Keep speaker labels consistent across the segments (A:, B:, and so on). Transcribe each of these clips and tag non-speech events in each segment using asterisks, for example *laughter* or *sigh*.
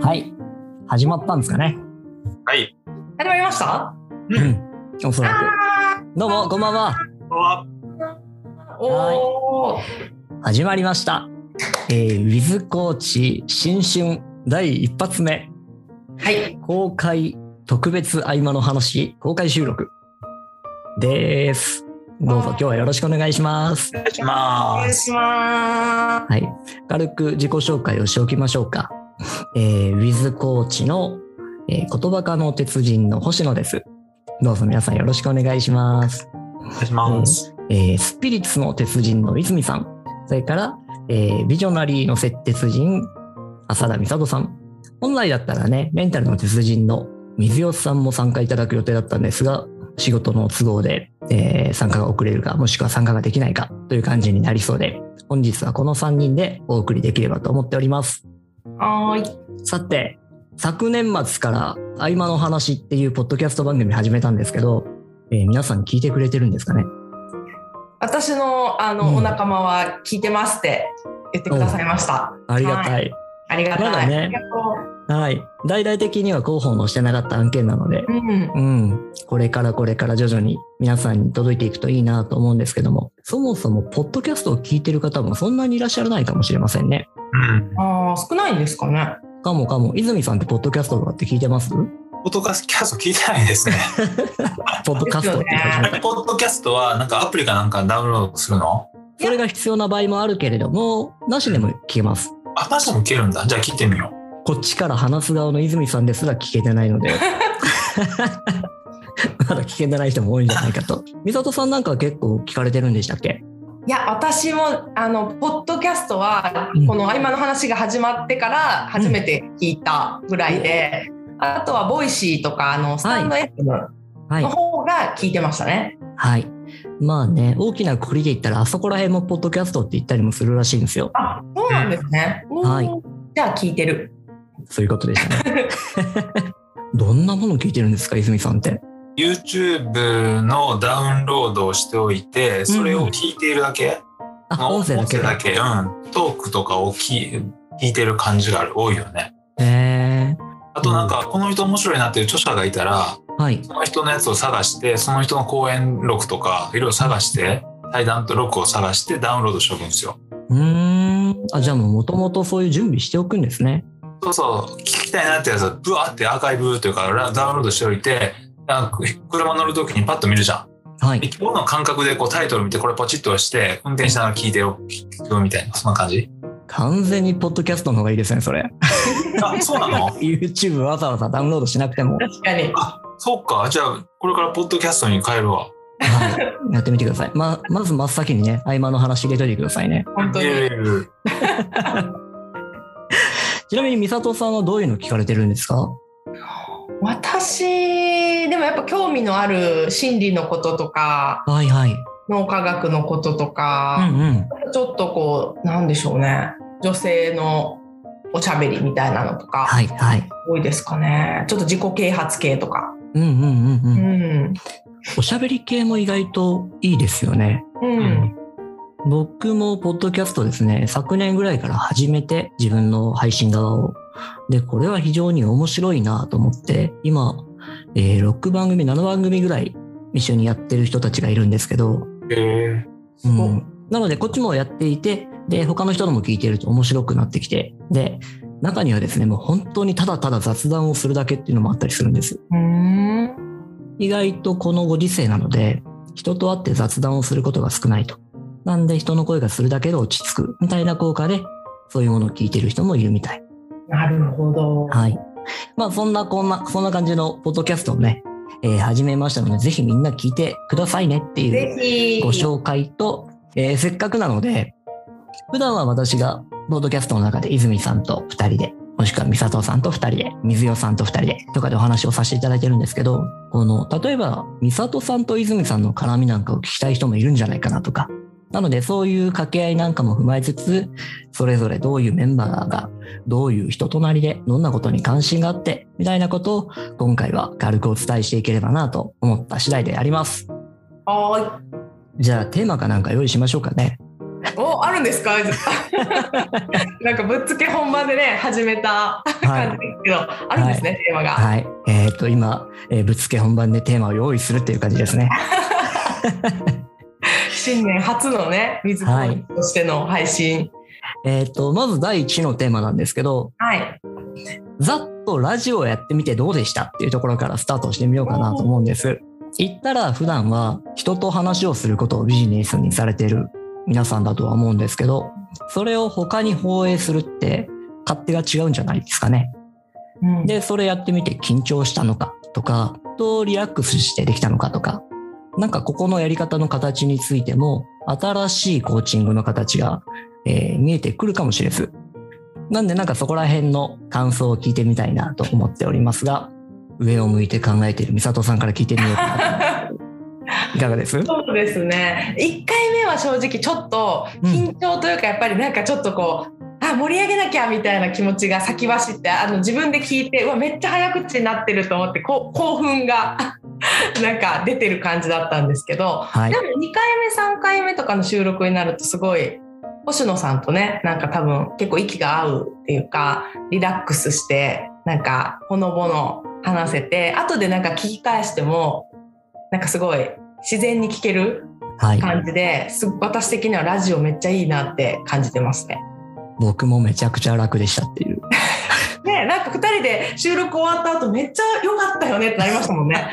A: はい。始まったんですかね。
B: はい。
C: 始まりました
A: うん。おそら
C: あ
A: く。どうも、こんばんは。
B: は
C: おー
A: 始まりました。えー、ウィズコーチ新春第一発目
C: はい。
A: 公開特別合間の話公開収録です。どうぞ今日はよろしくお願いします。
B: お願いし
C: お
B: ま
C: 願い
B: す。
C: しま
A: はい。軽く自己紹介をしておきましょうか。えー、ウィズコーチの、えー言葉科の鉄人の星野です。どうぞ皆さんよろしくお願いします。
B: お願いします。
A: えースピリッツの鉄人の泉さん、それから、えービジョナリーの接鉄人、浅田美里さん。本来だったらね、メンタルの鉄人の水吉さんも参加いただく予定だったんですが、仕事の都合で、えー参加が遅れるか、もしくは参加ができないかという感じになりそうで、本日はこの3人でお送りできればと思っております。
C: す。はーい。
A: さて、昨年末から合間の話っていうポッドキャスト番組始めたんですけど、えー皆さん聞いてくれてるんですかね
C: 私のあの、
A: うん
C: お仲間は聞いてますって言ってくださいました。
A: ありが
C: は
A: たい
C: ありがたい。
A: まだね
C: ありがと
A: はい。大々的には広報のしてなかった案件なので、
C: う。うん。
A: うん。これからこれから徐々に皆さんに届いていくといいなと思うんですけども、そもそも、ポッドキャストを聞いてる方もそんなにいらっしゃらないかもしれませんね。
B: うん。
C: ああ、少ないんですかね。
A: かもかも、泉さんってポッドキャストとかって聞いてますポ
B: ポッドキャスト聞いてないですね。
A: ッドキャストって言い始めた。
B: ポッドキャストはなんかアプリかなんかダウンロードするの
A: それが必要な場合もあるけれども、なしでも聞けます。
B: あ、なしでも聞けるんだ。じゃあ聞いてみよう。
A: こっちから話す側の泉さんですら聞けてないので。 *laughs* まだ聞けてない人も多いんじゃないかと。美里さんなんかは結構聞かれてるんでしたっけ
C: いや、私もあのポッドキャストは、
A: うん
C: この合間の話が始まってから初めて聞いたぐらいで、あとはボイシーとかあのスタンド FM
A: はい
C: の。方が聞いてましたね。
A: はい。まあね、大きなくくりで言ったら、あそこら辺もポッドキャストって言ったりもするらしいんですよ。
C: あ、そうなんですね。うん
A: はい
C: じゃあ聞いてる。
A: そういうことでした *laughs* ね。どんなもの聞いてるんですか、泉さんって。
B: YouTube のダウンロードをしておいて、それを聞いているだけ、
A: あ、音声だけだ。
B: うん。トークとかを聞聞いてる感じがある。多いよね。
A: へえ。
B: あとなんか、この人面白いなっていう著者がいたら、
A: はい。
B: その人のやつを探して、その人の講演録とか、いろいろ探して、対談と録を探してダウンロードしておくんですよ。
A: うーん。あ、じゃあもう元々そういう準備しておくんですね。
B: そうそう、聞きたいなってやつは、ブワーってアーカイブというか、ラダウンロードしておいて、なんか車乗るときにパッと見るじゃん。
A: はい
B: で。今日の感覚でこうタイトル見て、これポチッと押して、運転しながら聞いてよ、聞くみたいな、そんな感じ。
A: 完全にポッドキャストの方がいいですね、それ。
B: あ、そうなの
A: YouTube わざわざダウンロードしなくても、
C: 確かに。
B: *laughs* そうか、じゃあ、これからポッドキャストに変えるわ。
A: はい、やってみてください。ま、まず真っ先にね、合間の話入れといてくださいね。
C: 本当に。
B: えー
A: ちなみに、美里さんはどういうの聞かれてるんですか
C: 私でもやっぱ興味のある心理のこととか
A: はいはい。
C: 脳科学のことと
A: う
C: か、
A: んうん。
C: ちょっとこうなんでしょうね女性のおしゃべりみたいなのとか
A: はいはい。
C: 多いですかね、ちょっと自己啓発系とか、
A: うんうんうんう。
C: うんん
A: おしゃべり系も意外といいですよね。
C: うん
B: うん
A: 僕もポッドキャストですね、昨年ぐらいから始めて自分の配信側を。で、これは非常に面白いなと思って、今、えー6番組、7番組ぐらい一緒にやってる人たちがいるんですけど、
B: え
A: う
C: ごい
A: ん、なのでこっちもやっていて、で、他の人のも聞いてると面白くなってきて、で、中にはですね、もう本当にただただ雑談をするだけっていうのもあったりするんです。
C: うん
A: 意外とこのご時世なので人と会って雑談をすることが少ないと。なんで人の声がするだけで落ち着くみたいな効果でそういうものを聞いてる人もいるみたい。
C: なるほど、
A: はい。まあそんなこんな、そんな感じのポッドキャストをね、えー始めましたのでぜひみんな聞いてくださいねっていう
C: ぜひ
A: ご紹介と、えーせっかくなので普段は私がポッドキャストの中で泉さんと2人でもしくは美里さんと2人で水代さんと2人でとかでお話をさせていただいてるんですけどこの例えば美里さんと泉さんの絡みなんかを聞きたい人もいるんじゃないかなとかなのでそういう掛け合いなんかも踏まえつつそれぞれどういうメンバーがどういう人となりでどんなことに関心があってみたいなことを今回は軽くお伝えしていければなと思った次第であります。
C: は
A: じゃあテーマかなんか用意しましょうかね。
C: ーいおあるんですか *laughs* なんかぶっつけ本番でね始めた
A: は
C: 感じ
A: い。
C: ですけど、あるんですね、テーマが、
A: はい。えっ、と、今、えーぶっつけ本番でテーマを用意するっていう感じですね。
C: 新年初のね水コーとしての配信
A: えっ、と、まず第1のテーマなんですけど、
C: はい、
A: ざっとラジオをやってみてどうでしたっていうところからスタートしてみようかなと思うんです。言ったら普段は人と話をすることをビジネスにされている皆さんだとは思うんですけど、それを他に放映するって勝手が違うんじゃないですかね。
C: うん
A: で、それやってみて緊張したのかとか、どうリラックスしてできたのかとか、なんかここのやり方の形についても、新しいコーチングの形が、えー見えてくるかもしれず。なんでなんかそこら辺の感想を聞いてみたいなと思っておりますが、上を向いて考えている美里さんから聞いてみようかな。
C: *laughs*
A: いかがです
C: そうですね1回目は正直ちょっと緊張というかやっぱりなんかちょっとこうあ盛り上げなきゃみたいな気持ちが先走ってあの自分で聞いてうわめっちゃ早口になってると思ってこう興奮が *laughs* なんか出てる感じだったんですけど、
A: はい
C: で。も2回目3回目とかの収録になるとすごい星野さんとねなんか多分結構息が合うっていうかリラックスしてなんかほのぼの話せて後でなんか聞き返してもなんかすごい自然に聞ける
A: はい。
C: 感じです私的にはラジオめっちゃいいなって感じてますね。
A: 僕もめちゃくちゃ楽でしたっていう。
C: ねなんか2人で収録終わった後めっちゃ良かったよねってなりましたもんね。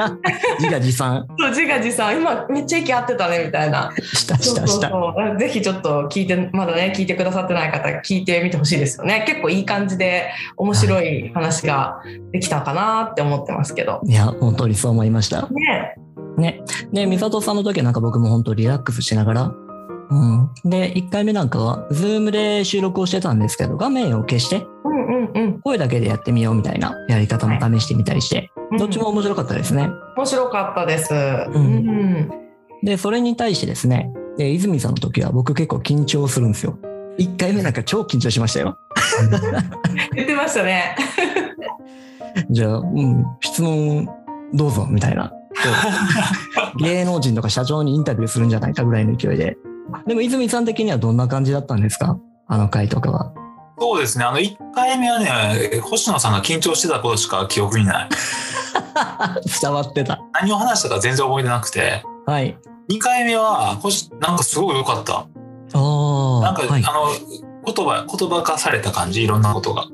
A: 自画自賛
C: そう自画自賛今めっちゃ息合ってたねみたいな。
A: した
C: そ
A: し
C: う
A: た
C: そ
A: し
C: う
A: た。
C: そうぜひちょっと聞いてまだね聞いてくださってない方が聞いてみてほしいですよね結構いい感じで面白い話ができたかなって思ってますけど
A: いや、本当にそう思いました。
C: ね
A: ね。で、美里さんの時はなんか僕も本当リラックスしながら、うん。で、1回目なんかは、ズームで収録をしてたんですけど、画面を消して、
C: うんうんうん
A: 声だけでやってみようみたいなやり方も試してみたりして、
C: うん
A: どっちも面白かったですね。
C: 面白かったですうんん
A: で、それに対してですね、で泉さんの時は僕結構緊張するんですよ。1回目なんか超緊張しましたよ。
C: 言ってましたね
A: じゃあ、うん、質問どうぞみたい *laughs* な。こう芸能人とか社長にインタビューするんじゃないかぐらいの勢いで。でも泉さん的にはどんな感じだったんですかあの回とかは。
B: そうですね。あの、1回目はね、星野さんが緊張してたことしか記憶にない。
A: *laughs* 伝わってた。
B: 何を話したか全然覚えてなくて。
A: はい。
B: 2回目は、星なんかすごい良かった。
A: ああ。
B: なんか、
A: はい。
B: あの、言葉、言葉化された感じ、いろんなことが。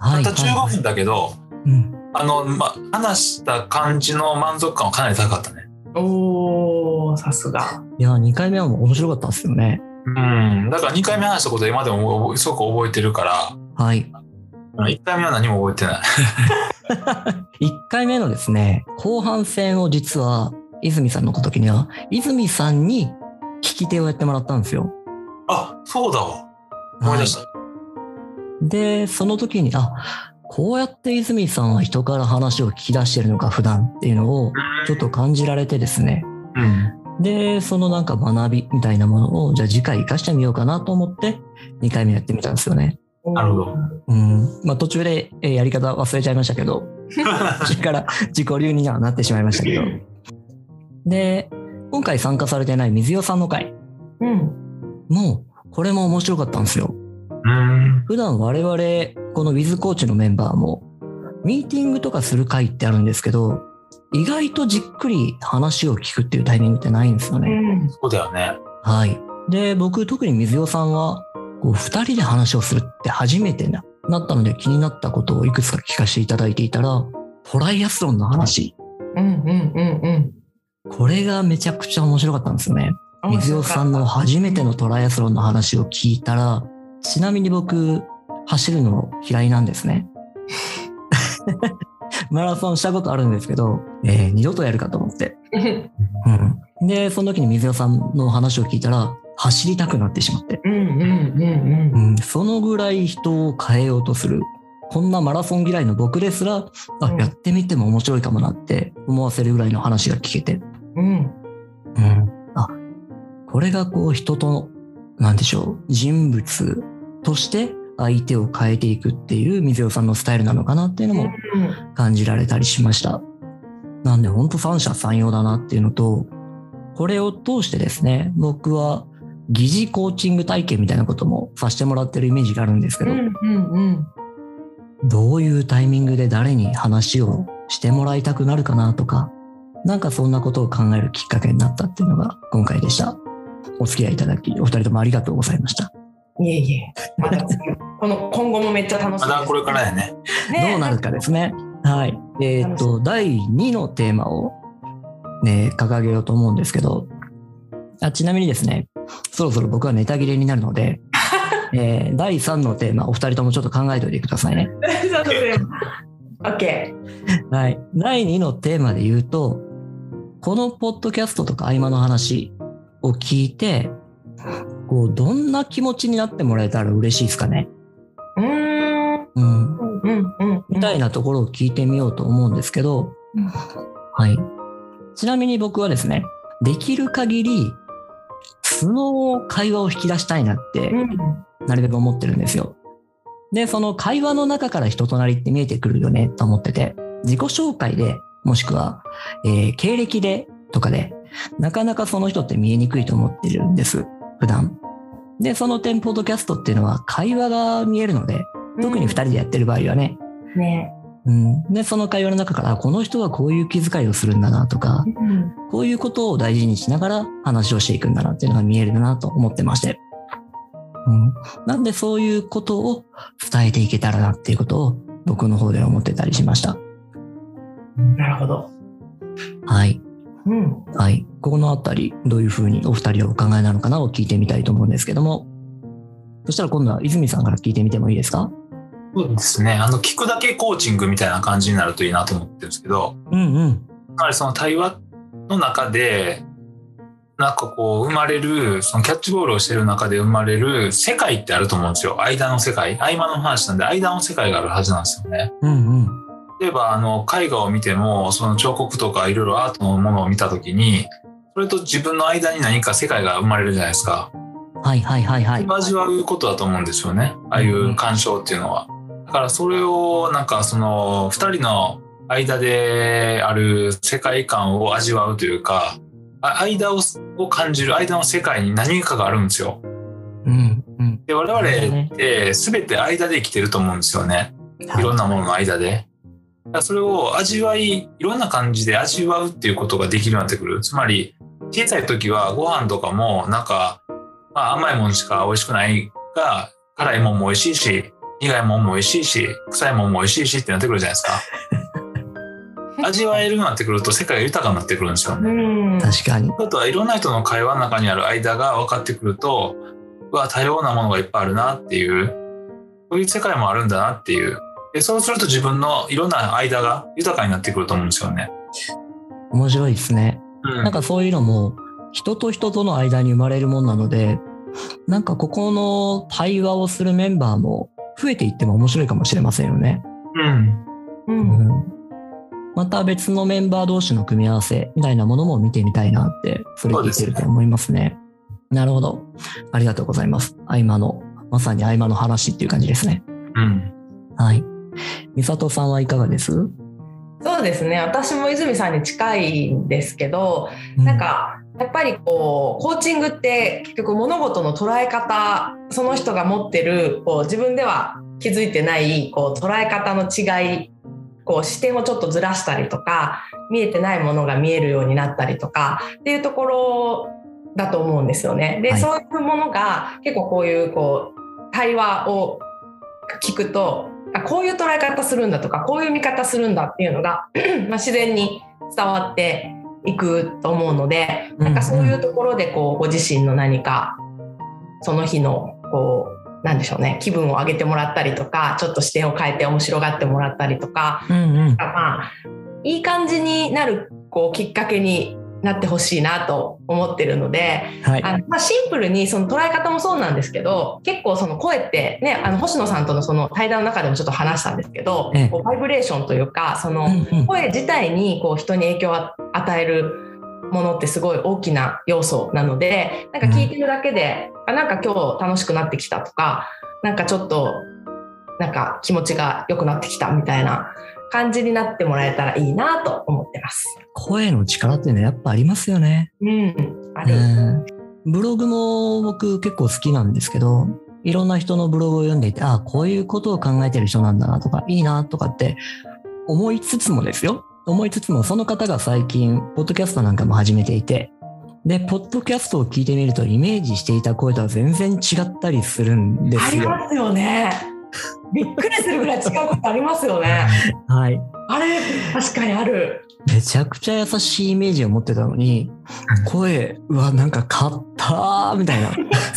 A: は
B: た
A: い
B: った15分だけど、
A: うん
B: あの、ま、話した感じの満足感はかなり高かったね。
C: おーさすが
A: いや、2回目はもう面白かったですよね。
B: うん。だから2回目話したことは今でも覚えすごく覚えてるか
A: はい。
B: ら、1回目は何も覚えてない。
A: 1回目のですね、後半戦を実は、泉さんの時には、泉さんに聞き手をやってもらったんですよ。
B: あ、そうだわ。思い出した。
A: で、その時に、あ、こうやって泉さんは人から話を聞き出してるのか、普段っていうのをちょっと感じられてですね。
B: うん。
A: で、そのなんか学びみたいなものを、じゃあ次回活かしてみようかなと思って、2回目やってみたんですよね。
B: なるほど
A: うん。まあ途中でえーやり方忘れちゃいましたけど、それから自己流にはなってしまいましたけど。で、今回参加されてない水代さんの回、
C: うん
A: もうこれも面白かったんですよ。
B: *laughs* うん。
A: 普段我々この With コーチのメンバーもミーティングとかする会ってあるんですけど意外とじっくり話を聞くっていうタイミングってないんですよ
C: う
A: ね。
C: ん
B: そうだよね。
A: はい。で僕特に水代さんはこう2人で話をするって初めてななったので気になったことをいくつか聞かせていただいていたらトライアスロンの話
C: うんうんうん
A: これがめちゃくちゃ面白かったんですよね。
C: うん
A: 水尾さんの初めてのトライアスロンの話を聞いたら、ちなみに僕、走るの嫌いなんですね。 *laughs* マラソンしたことあるんですけど、えー二度とやるかと思って。
C: うん
A: うん、で、その時に水尾さんの話を聞いたら、走りたくなってしまって、
C: うんうん
A: う
C: うん
A: ん、そのぐらい人を変えようとする。こんなマラソン嫌いの僕ですら、あ
C: うん
A: やってみても面白いかもなって思わせるぐらいの話が聞けて、
C: うんうん
A: うん、あこれがこう人となんでしょう人物として相手を変えていくっていう水尾さんのスタイルなのかなっていうのも
C: うん
A: 感じられたりしました。なんで本当三者三様だなっていうのとこれを通してですね僕は疑似コーチング体験みたいなこともさせてもらってるイメージがあるんですけ
C: う
A: ど、
C: んうんうん
A: どういうタイミングで誰に話をしてもらいたくなるかなとか、なんかそんなことを考えるきっかけになったっていうのが今回でした。お付き合いいただき、お二人ともありがとうございました。
C: いえいえまたこの今後もめっちゃ楽し
B: ま
C: みで
B: だ
C: す
B: これからやね。
C: ね
A: どうなるかですね。はい。えーっと、第2のテーマを、ね、掲げようと思うんですけど、あちなみにですね、そろそろ僕はネタ切れになるので、えー第3のテーマ、お二人ともちょっと考えておいてくださいね。
C: そうですね OK
A: はい。第2のテーマで言うと、このポッドキャストとか合間の話を聞いて、こう、どんな気持ちになってもらえたら嬉しいですかね。
C: うーん
A: うん。
C: うんうん
A: みたいなところを聞いてみようと思うんですけど、
C: うん
A: はい。ちなみに僕はですね、できる限り、素の会話を引き出したいなって、
C: うん
A: なるべく思ってるんですよ。で、その会話の中から人となりって見えてくるよねと思ってて、自己紹介で、もしくは、えー経歴でとかで、なかなかその人って見えにくいと思ってるんです、普段。で、その点、ポッドキャストっていうのは会話が見えるので、特に2人でやってる場合はね、
C: ね
A: うん、で、その会話の中から、あこの人はこういう気遣いをするんだなとか、
C: うん
A: こういうことを大事にしながら話をしていくんだなっていうのが見えるなと思ってまして。うん、なんでそういうことを伝えていけたらなっていうことを僕の方では思ってたりしました。
C: なるほど
A: はい。
C: うん
A: はい。ここのあたり、どういうふうにお二人はお考えなのかなを聞いてみたいと思うんですけども。そしたら今度は泉さんから聞いてみてもいいですか
B: そうですね。あの、聞くだけコーチングみたいな感じになるといいなと思ってるんですけど、
A: うんうん。
B: つまりその対話の中で、なんかこう生まれる、そのキャッチボールをしてる中で生まれる世界ってあると思うんですよ。間の世界。合間の話なんで間の世界があるはずなんですよね。
A: うんうん。
B: 例えばあの絵画を見ても、その彫刻とかいろいろアートのものを見たときに、それと自分の間に何か世界が生まれるじゃないですか。
A: はいはいはいはい。
B: 味わうことだと思うんですよねああいう鑑賞っていうのは。だからそれをなんかその2人の間である世界観を味わうというかあ間をを感じる間の世界に何かがあるんですよ。
A: うんうん。
B: で我々って全て間で生きてると思うんですよね。いろんなものの間で。だからそれを味わい、いろんな感じで味わうっていうことができるようになってくる。つまり、小さい時はご飯とかも、なんか、まあ甘いものしか美味しくないが、辛いもんも美味しいし、苦いもんも美味しいし、臭いもんも美味しいしってなってくるじゃないですか。味わえるようになってくると世界が豊かになってくるんですよね。
C: うん
A: 確かに。
B: あとはいろんな人の会話の中にある間が分かってくると、うわ、多様なものがいっぱいあるなっていう、そういう世界もあるんだなっていう。でそうすると自分のいろんな間が豊かになってくると思うんですよね。
A: 面白いですね。
B: うん
A: なんかそういうのも人と人との間に生まれるもんなのでなんかここの対話をするメンバーも増えていっても面白いかもしれませんよね。
B: うん。
C: う
A: うんんまた別のメンバー同士の組み合わせみたいなものも見てみたいなってそれ聞いてると思いますね。なるほど。ありがとうございます。合間のまさに合間の話っていう感じですね。
B: うん。
A: はい。美里さんはいかがです、う
C: そうですね私も泉さんに近いんですけど、
A: ん
C: なんかやっぱりこうコーチングって結局物事の捉え方その人が持ってるこう自分では気づいてないこう捉え方の違いこう視点をちょっとずらしたりとか見えてないものが見えるようになったりとかっていうところだと思うんですよね。で、
A: はい
C: そういうものが結構こういうこう対話を聞くとあこういう捉え方するんだとかこういう見方するんだっていうのが *clears throat* まあ自然に伝わっていくと思うのでなんかそういうところでこうご自身の何かその日のこうなんでしょうね気分を上げてもらったりとかちょっと視点を変えて面白がってもらったりとか
A: うんうん
C: まあ、いい感じになるこうきっかけになってほしいなと思ってるので
A: はい。
C: あの、まあ、シンプルにその捉え方もそうなんですけど結構その声って、ね、あの星野さんとのその対談の中でもちょっと話したんですけど、
A: ええ
C: こうバイブレーションというかその、
A: うんうん
C: 声自体にこう人に影響を与えるものってすごい大きな要素なのでなんか聞いてるだけで、あなんか今日楽しくなってきたとかなんかちょっとなんか気持ちが良くなってきたみたいな感じになってもらえたらいいなと思ってます。
A: 声の力っていうのはやっぱありますよね。
C: うん、あ
A: う
C: る
A: んブログも僕結構好きなんですけど、いろんな人のブログを読んでいて、ああ、こういうことを考えてる人なんだなとか、いいなとかって思いつつもですよ。思いつつも、その方が最近、ポッドキャストなんかも始めていて、で、ポッドキャストを聞いてみると、イメージしていた声とは全然違ったりするんで
C: あ
A: す
C: り
A: よ。
C: ますよね。びっくりするぐらい違うことありますよね。
A: はい。
C: あれ、確かにある。
A: めちゃくちゃ優しいイメージを持ってたのに、声、うわ、なんか買ったー、みたい
C: *laughs*
A: な。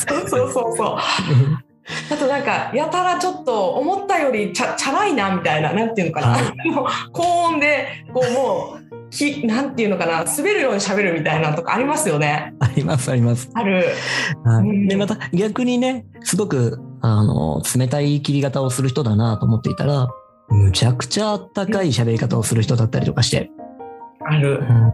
C: そうそうそうそう。あとなんか、やたらちょっと思ったよりちゃ、チャラいなみたいな、なんていうのかな。
A: は
C: もう高音で、こうもう、き、なんていうのかな、滑るように喋るみたいなとかありますよね。
A: あります、あります。
C: ある。
A: は
C: うん
A: い、でまた逆にねすごくあの冷たい切り方をする人だなと思っていたらむちゃくちゃあったかい喋り方をする人だったりとかして、
C: あ
A: う
C: る。
A: ん、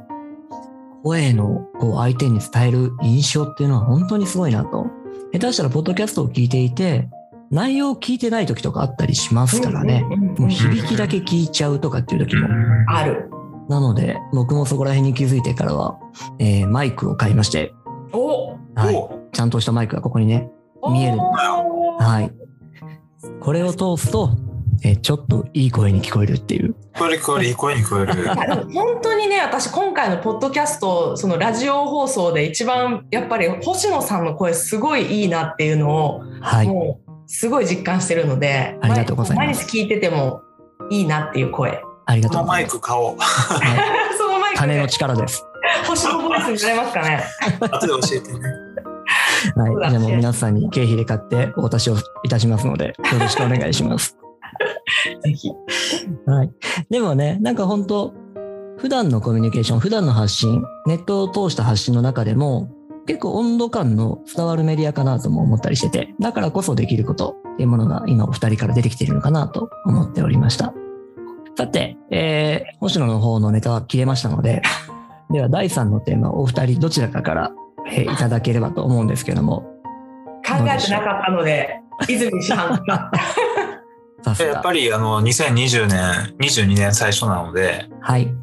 A: 声のこう相手に伝える印象っていうのは本当にすごいなと下手したらポッドキャストを聞いていて内容を聞いてない時とかあったりしますからね、
C: うんうんうん
A: もう響きだけ聞いちゃうとかっていう時も、
C: ある。
A: なので僕もそこら辺に気づいてからは、えーマイクを買いまして、
C: お。
A: はい
B: お
A: ちゃんとしたマイクがここにね見える
C: おー
A: はい。これを通すと、えーちょっといい声に聞こえるっていう。
B: これこれ声に聞こえる。
C: いやでも本当にね私今回のポッドキャストそのラジオ放送で一番やっぱり星野さんの声すごいいいなっていうのを、
A: はい。
C: もうすごい実感してるので
A: ありがとうございます
C: 毎毎日聞いててもいいなっていう声 *laughs*
A: ありが
B: こと
A: う
B: の
A: ござ
B: マ
A: い
B: イ
A: ます。
B: ク買お
A: は
B: う。
A: い
C: その前に、
A: 金
C: ね
A: の、力です。
C: 星野ボイスになれますかね
B: 後で教えてね。 *laughs*
A: はい
C: そう。だ
A: じゃあもう皆さんに経費で買ってお渡しをいたしますので、よろしくお願いします。
C: ぜひ
A: はい。でもね、なんか本当普段のコミュニケーション、普段の発信、ネットを通した発信の中でも、結構温度感の伝わるメディアかなとも思ったりしてて、だからこそできることっていうものが今お二人から出てきているのかなと思っておりました。さて、えー、星野の方のネタは切れましたので、 *laughs* では第3のテーマをお二人どちらかから、えーいただければと思うんですけども、
C: 考えてなかったので泉師範が
A: *laughs* さす
B: や
A: が
B: っ。ぱりあの2020年22年最初なので
A: はい。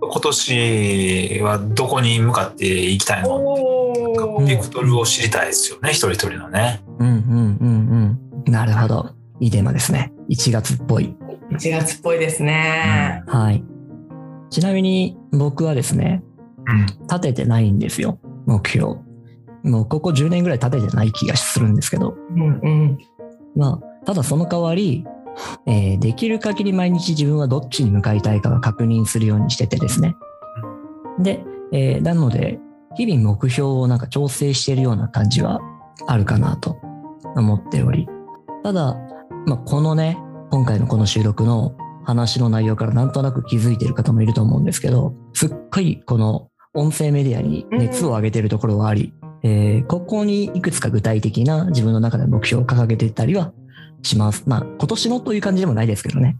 B: 今年はどこに向かっていきたいの
C: おー
B: ベクトルを知りたいですよね一人一人のね。
A: うんうんうんうん。なるほど。いいテーマですね。1月っぽい。
C: 1月っぽいですね、
A: はい。ちなみに僕はですね、
B: うん
A: 立ててないんですよ。目標。もうここ10年ぐらい立ててない気がするんですけど。
C: うんうん、
A: まあ、ただその代わり、えーできる限り毎日自分はどっちに向かいたいかは確認するようにしててですね。で、えーなので、日々目標をなんか調整しているような感じはあるかなと思っており。ただ、まあ、このね、今回のこの収録の話の内容からなんとなく気づいている方もいると思うんですけど、すっごいこの音声メディアに熱を上げているところはあり、えーここにいくつか具体的な自分の中で目標を掲げていったりはします。まあ、今年のという感じでもないですけどね。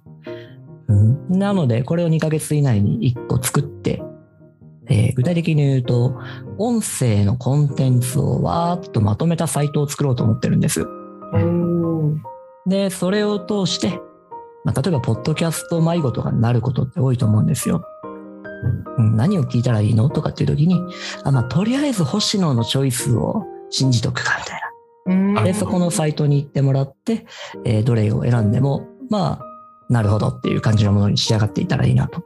A: うん、なので、これを2ヶ月以内に1個作って、えー具体的に言うと、音声のコンテンツをわーっとまとめたサイトを作ろうと思ってるんです。
C: うん
A: で、それを通して、まあ、例えば、ポッドキャスト迷子とかになることって多いと思うんですよ。うん、何を聞いたらいいのとかっていう時に、あ、まあ、とりあえず星野のチョイスを信じとくかみたい
C: うん
A: な。で、そこのサイトに行ってもらって、えーどれを選んでも、まあ、なるほどっていう感じのものに仕上がっていたらいいなと。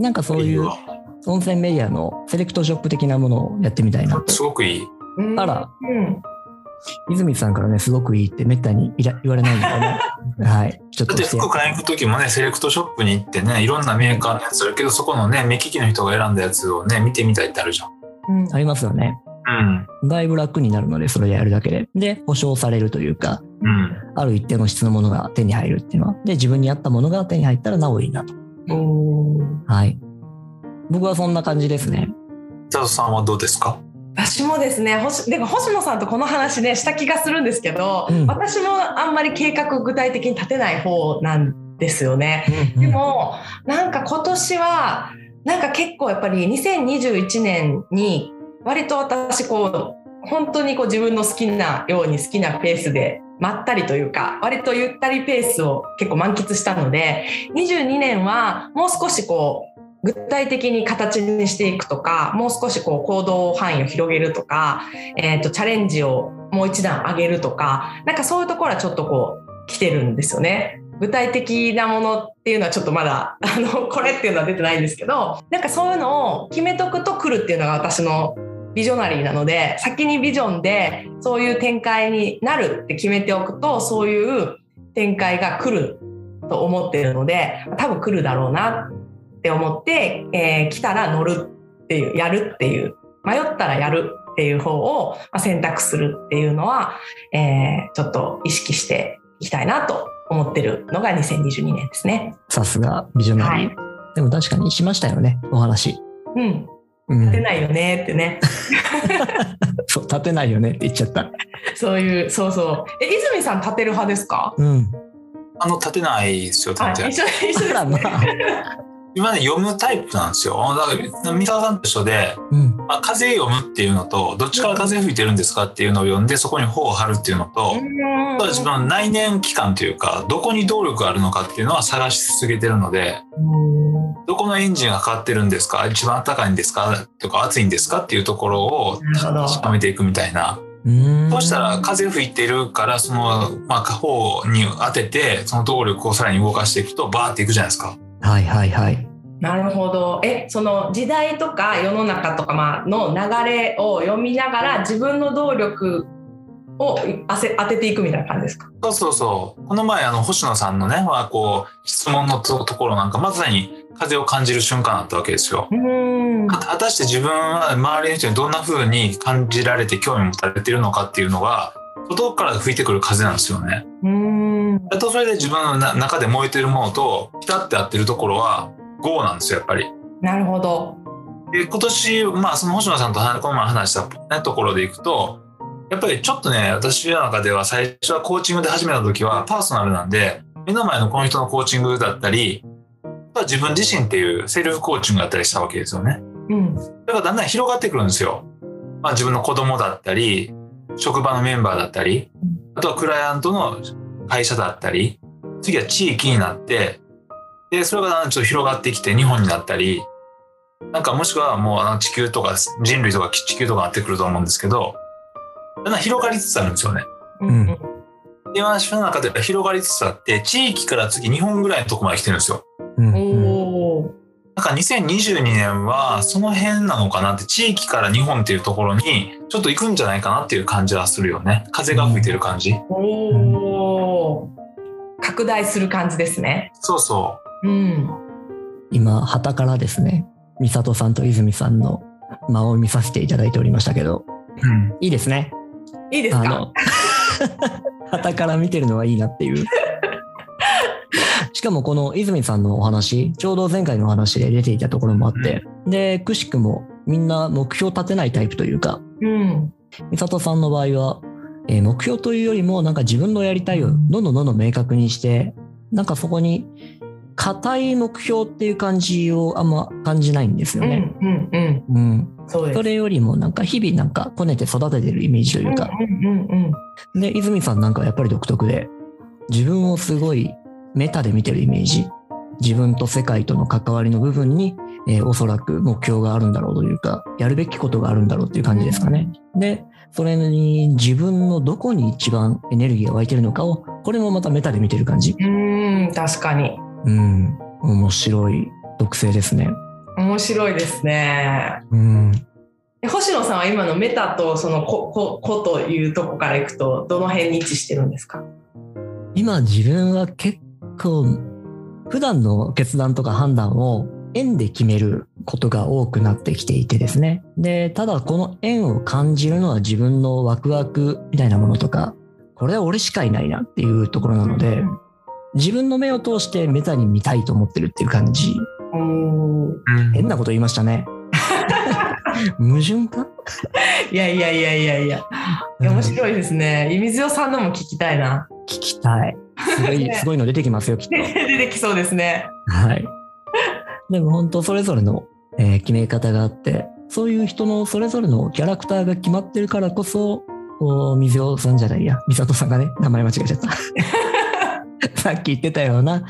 A: なんかそういう音声メディアのセレクトショップ的なものをやってみたいなと。
B: すごくいい。
C: うん
A: あら
C: うん
A: 泉さんからね、すごくいいってめったにいら言われないんで
B: *laughs*
A: ね。はい。ちょっ
B: だっ
A: と
B: て
A: して。
B: 服買いに行く時もねセレクトショップに行ってねいろんなメーカーのやつだけどそこのね目利きの人が選んだやつをね見てみたいってあるじ
C: うん
A: ありますよね。
B: ゃん。
A: だいぶ楽になるので、それやるだけで。で、保証されるというか、
B: うんうん
A: ある一定の質のものが手に入るっていうのは。で、自分に合ったものが手に入ったらなおいいなと。
C: うん
A: はい。僕はそんな感じですね。
B: 佐藤さんはどうですか
C: 私もですね星でも星野さんとこの話ねした気がするんですけど、
A: うん
C: 私もあんまり計画を具体的に立てない方なんですよね。でもなんか今年はなんか結構やっぱり2021年に割と私こう本当にこう自分の好きなように好きなペースでまったりというか割とゆったりペースを結構満喫したので22年はもう少しこう具体的に形にしていくとかもう少しこう行動範囲を広げるとか、えー、とチャレンジをもう一段上げるとかなんかそういうところはちょっとこう来てるんですよね。具体的なものっていうのはちょっとまだ *laughs* あのこれっていうのは出てないんですけどなんかそういうのを決めとくと来るっていうのが私のビジョナリーなので先にビジョンでそういう展開になるって決めておくとそういう展開が来ると思ってるので多分来るだろうなって思って、えー、来たら乗るっていうやるっていう迷ったらやるっていう方を選択するっていうのは、えー、ちょっと意識していきたいなと思ってるのが2022年ですね。
A: さすがビジョナリー、はい、でも確かにしましたよねお話。
C: うん立てないよねっ
A: *laughs*
C: てね。
A: そう立てないよねって言っちゃった。
C: そういうそうそう。え泉さん立てる派ですか？
A: うん。
B: あの立てないですよ立て。
C: 一緒一緒、ね、
B: 今ね読むタイプなんですよ。だから三沢さんと一緒で、 *laughs* うんまあ、風読むっていうのとどっちから風吹いてるんですかっていうのを読んでそこに頬を張るっていうのと、うん、自分の内燃期間というかどこに動力があるのかっていうのは探し続けてるので。うんどこのエンジンがかかってるんですか一番高いんですかとか暑いんですかっていうところを確かめていくみたいな。そうしたら風吹いてるからそのまあ方に当ててその動力をさらに動かしていくとバーっていくじゃないですか。
A: はいはいはい。
C: なるほど。え、その時代とか世の中とかまあの流れを読みながら自分の動力を当てていくみたいな感じですか
B: そうそうそうこの前あの星野さんのねはこう質問のところなんかまさに風を感じる瞬間だったわけですよ。果たして自分は周りの人にどんな風に感じられて興味持たれてるのかっていうのが外から吹いてくる風なんですよね。だとそれで自分の中で燃えてるものとピタッて合ってるところは GO なんですよやっぱり。
C: なるほど。
B: で今年、まあ、その星野さんとこの前話した、ね、ところでいくとやっぱりちょっとね、私の中では最初はコーチングで始めた時はパーソナルなんで、目の前のこの人のコーチングだったり、あとは自分自身っていうセルフコーチングだったりしたわけですよね。
C: うん。
B: だからだんだん広がってくるんですよ。まあ自分の子供だったり、職場のメンバーだったり、あとはクライアントの会社だったり、次は地域になって、で、それがだんだんちょっと広がってきて日本になったり、なんかもしくはもうあの地球とか人類とか地球とかなってくると思うんですけど、だんだん広がりつつあるんですよね。
A: うん、
B: で私の中では広がりつつあって地域から次日本ぐらいのとこまで来てるんですよ。
A: うん、
B: なんか2022年はその辺なのかなって地域から日本っていうところにちょっと行くんじゃないかなっていう感じはするよね風が吹いてる感じ、
C: お拡大する感じですね、
B: そうそう
C: うん、
A: 今旗からですね美里さんと泉さんの間を見させていただいておりましたけど、
B: うん、
A: いいですね
C: いいで
A: *laughs*
C: すか。
A: はたから見てるのはいいなっていう。しかもこの泉さんのお話、ちょうど前回のお話で出ていたところもあって、うん、で、くしくもみんな目標立てないタイプというか、
C: うん、
A: 美里さんの場合は、えー、目標というよりもなんか自分のやりたいをどんどんどんどん明確にして、なんかそこに硬い目標っていう感じをあんま感じないんですよ
C: ね。うん、うん
A: うん、そ,それよりもなんか日々なんかこねて育ててるイメージというか。で泉さんなんかやっぱり独特で自分をすごいメタで見てるイメージ自分と世界との関わりの部分に、えー、おそらく目標があるんだろうというかやるべきことがあるんだろうっていう感じですかね。うん、でそれに自分のどこに一番エネルギーが湧いてるのかをこれもまたメタで見てる感じ。
C: うん確かに
A: うん、面白い特性ですね。
C: 面白いですね。
A: うん。
C: 星野さんは今のメタとそのこここというとこからいくとどの辺に位置してるんですか。
A: 今自分は結構普段の決断とか判断を円で決めることが多くなってきていてですね。で、ただこの円を感じるのは自分のワクワクみたいなものとか、これは俺しかいないなっていうところなので、うん自分の目を通してメタに見たいと思ってるっていう感じ。変なこと言いました
C: *laughs*
A: ね。矛盾か
C: いやいやいやいやいや。面白いですね。イミズヨさんのも聞きた
A: *laughs*
C: いな。
A: 聞きたい。すご
C: *laughs*
A: い、すごいの出てきますよ、きっと。
C: 出てきそうですね。
A: はい。でも本当それぞれの、えー、決め方があって、そういう人のそれぞれのキャラクターが決まってるからこそ、こう、水尾さんじゃないや、美里さんがね、名前間違えちゃった。さっき言ってたような、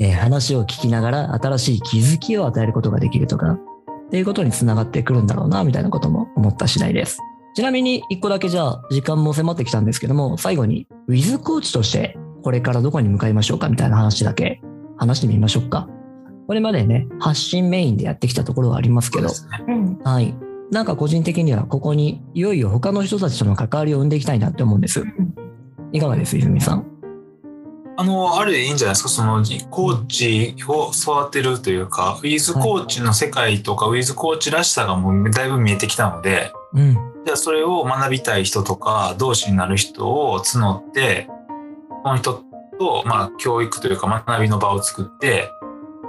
A: えー話を聞きながら新しい気づきを与えることができるとか、っていうことにつながってくるんだろうな、みたいなことも思った次第です。ちなみに一個だけじゃあ時間も迫ってきたんですけども、最後にウィズコーチとしてこれからどこに向かいましょうかみたいな話だけ話してみましょうか。これまでね、発信メインでやってきたところはありますけど、
B: そうですね
C: うん
A: はい。なんか個人的にはここにいよいよ他の人たちとの関わりを生んでいきたいなって思うんです。いかがです、泉さん。
B: あの、あれでいいんじゃないですか、その、コーチを育てるというか、ウィズコーチの世界とか、ウィズコーチらしさがもうだいぶ見えてきたので、
A: うん。
B: じゃあそれを学びたい人とか、同士になる人を募って、この人と、まあ、教育というか学びの場を作って、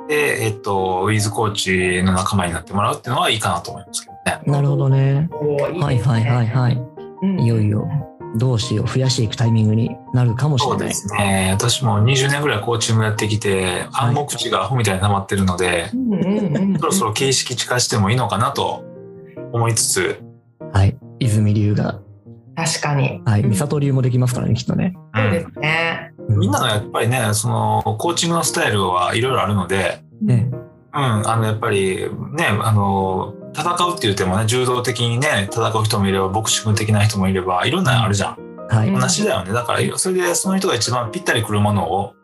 B: で、えっと、ウィズコーチの仲間になってもらうっていうのはいいかなと思いますけどね。
A: なるほどね。
C: おー
A: はいはいはいはい。いよいよ同志を増やしていくタイミングになるかもし
B: そ
A: れ
B: う
A: ない
B: で。すね。私も20年ぐらいコーチングやってきて、暗黙知がアホみたいに溜まってるので、そろそろ形式化してもいいのかなと思いつつ、
A: はい。泉流が、
C: 確かに
A: はい。
C: うん
A: 美里流もできますからね、きっとね。
B: う
C: そうです
B: ん
C: ね。
A: うん
B: みんなのやっぱりね、その、コーチングのスタイルはいろいろあるので、
A: ね
B: うん、あの、やっぱりね、あの、戦うって言ってもね、柔道的にね、戦う人もいれば、ボクシング的な人もいれば、いろんなのあるじゃん。
A: はい。
C: うん
B: 同じだよね。だから、それでその人が一番ぴったりくるものを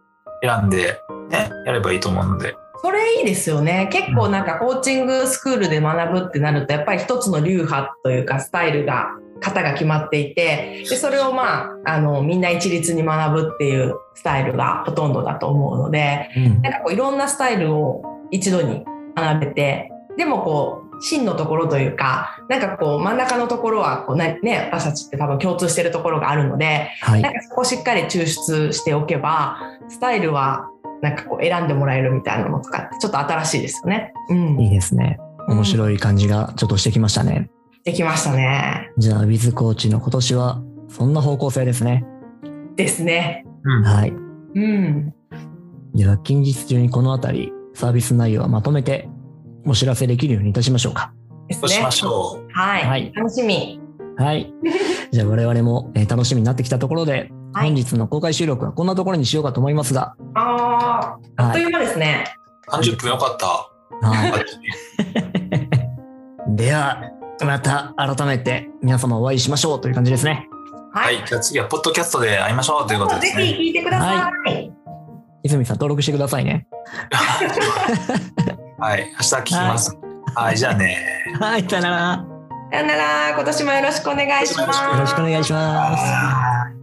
B: 選んで、ね、やればいいと思うので。
C: それいいですよね。結構なんかコーチングスクールで学ぶってなると、やっぱり一つの流派というかスタイルが、型が決まっていて、で、それをまあ、あの、みんな一律に学ぶっていうスタイルがほとんどだと思うので、
A: うん
C: なんかこういろんなスタイルを一度に学べて、でもこう、真のところというか、なんかこう真ん中のところはこうね、ね私たちって多分共通してるところがあるので、
A: はい
C: なん。かそこをしっかり抽出しておけばスタイルはなんかこう選んでもらえるみたいなのとかってちょっと新しいですよね。うん、
A: いいですね。面白い感じがちょっとしてきましたね。
C: できましたね。
A: じゃあ、ウィズコーチの今年は、そんな方向性ですね。
C: ですね。
B: うん。
A: はい。
C: うん、
A: では、近日中にこのあたり、サービス内容はまとめて、お知らせできるようにいたしましょうか。
C: です
B: そう
C: ね。
B: しましょう。
C: はい、
A: はい
C: 楽しみ。 *laughs*
A: はい。じゃあ、我々もえー楽しみになってきたところで、
C: はい
A: 本日の公開収録はこんなところにしようかと思いますが、
C: あーあっ
A: は
C: と
A: い。
C: いう間ですね。
B: 30分よかった。
A: はいでは、また改めて皆様お会いしましょうという感じですね。
B: は
C: はい。
B: い。じゃあ次は、ポッドキャストで会いましょうということで
C: ぜ
B: す
C: ひ
B: ね。
C: 聞いてください。
A: 泉さん登録してくださいね。
B: *laughs* はい。明日聞きます。はい。じゃあね。
A: はい、さよなら。
C: さよなら。今年もよろしくお願いします。
A: よろしくお願いします。
B: あー